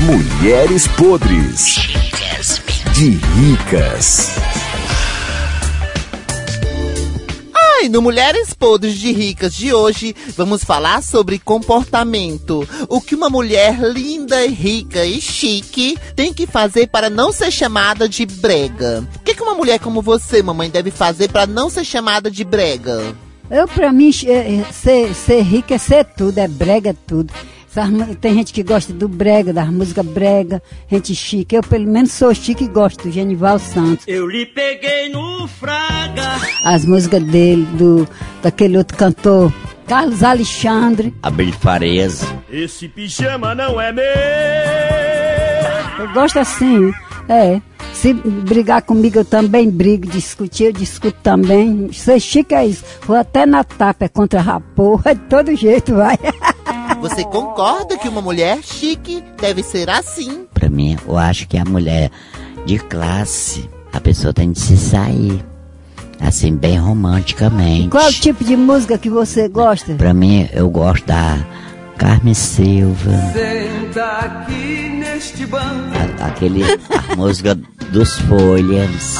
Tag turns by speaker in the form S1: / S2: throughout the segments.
S1: Mulheres podres de ricas.
S2: Ai, no Mulheres Podres de Ricas de hoje, vamos falar sobre comportamento. O que uma mulher linda, rica e chique tem que fazer para não ser chamada de brega? O que, que uma mulher como você, mamãe, deve fazer para não ser chamada de brega?
S3: Eu, pra mim, é, é, ser, ser rico é ser tudo, é brega tudo. Essas mu- Tem gente que gosta do brega, das músicas brega, gente chique. Eu, pelo menos, sou chique e gosto do Genival Santos.
S4: Eu lhe peguei no fraga.
S3: As músicas dele, do, daquele outro cantor, Carlos Alexandre.
S5: Abel Farias.
S4: Esse pijama não é meu.
S3: Eu gosto assim, é. Se brigar comigo, eu também brigo. Discutir, eu discuto também. Ser chique é isso. Vou até na tapa, é contra rapor, é de todo jeito, vai.
S2: Você concorda que uma mulher chique deve ser assim?
S5: Pra mim, eu acho que a mulher de classe, a pessoa tem de se sair. Assim, bem romanticamente.
S3: Qual o tipo de música que você gosta?
S5: Pra mim, eu gosto da Carmen Silva. A- aquele, a música dos folhas.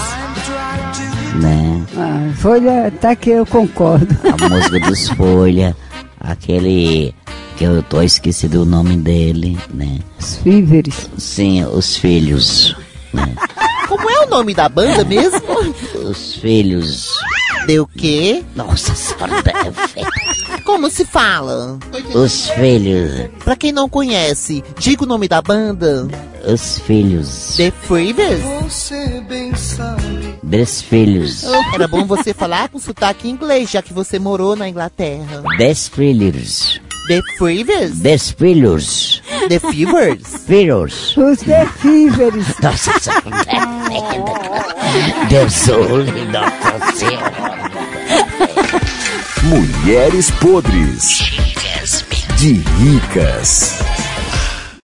S5: Né?
S3: Ah, folha, até que eu concordo.
S5: A música dos folhas. Aquele que eu tô esquecido o nome dele, né?
S3: Os víveres.
S5: Sim, os filhos. né?
S2: Como é o nome da banda mesmo?
S5: Os filhos.
S2: Deu quê?
S5: Nossa senhora, é feio.
S2: Como se fala?
S5: Os filhos.
S2: Pra quem não conhece, diga o nome da banda.
S5: Os filhos.
S2: The Freebers.
S5: Dez filhos.
S2: Era bom você falar com sotaque em inglês, já que você morou na Inglaterra.
S5: Dez filhos.
S2: The Freebers?
S5: Dez filhos.
S2: The Fevers?
S5: Filhos.
S3: Os víveres.
S5: Nossa senhora, é feio. Deus olhe, nossa senhora.
S1: Mulheres podres de ricas.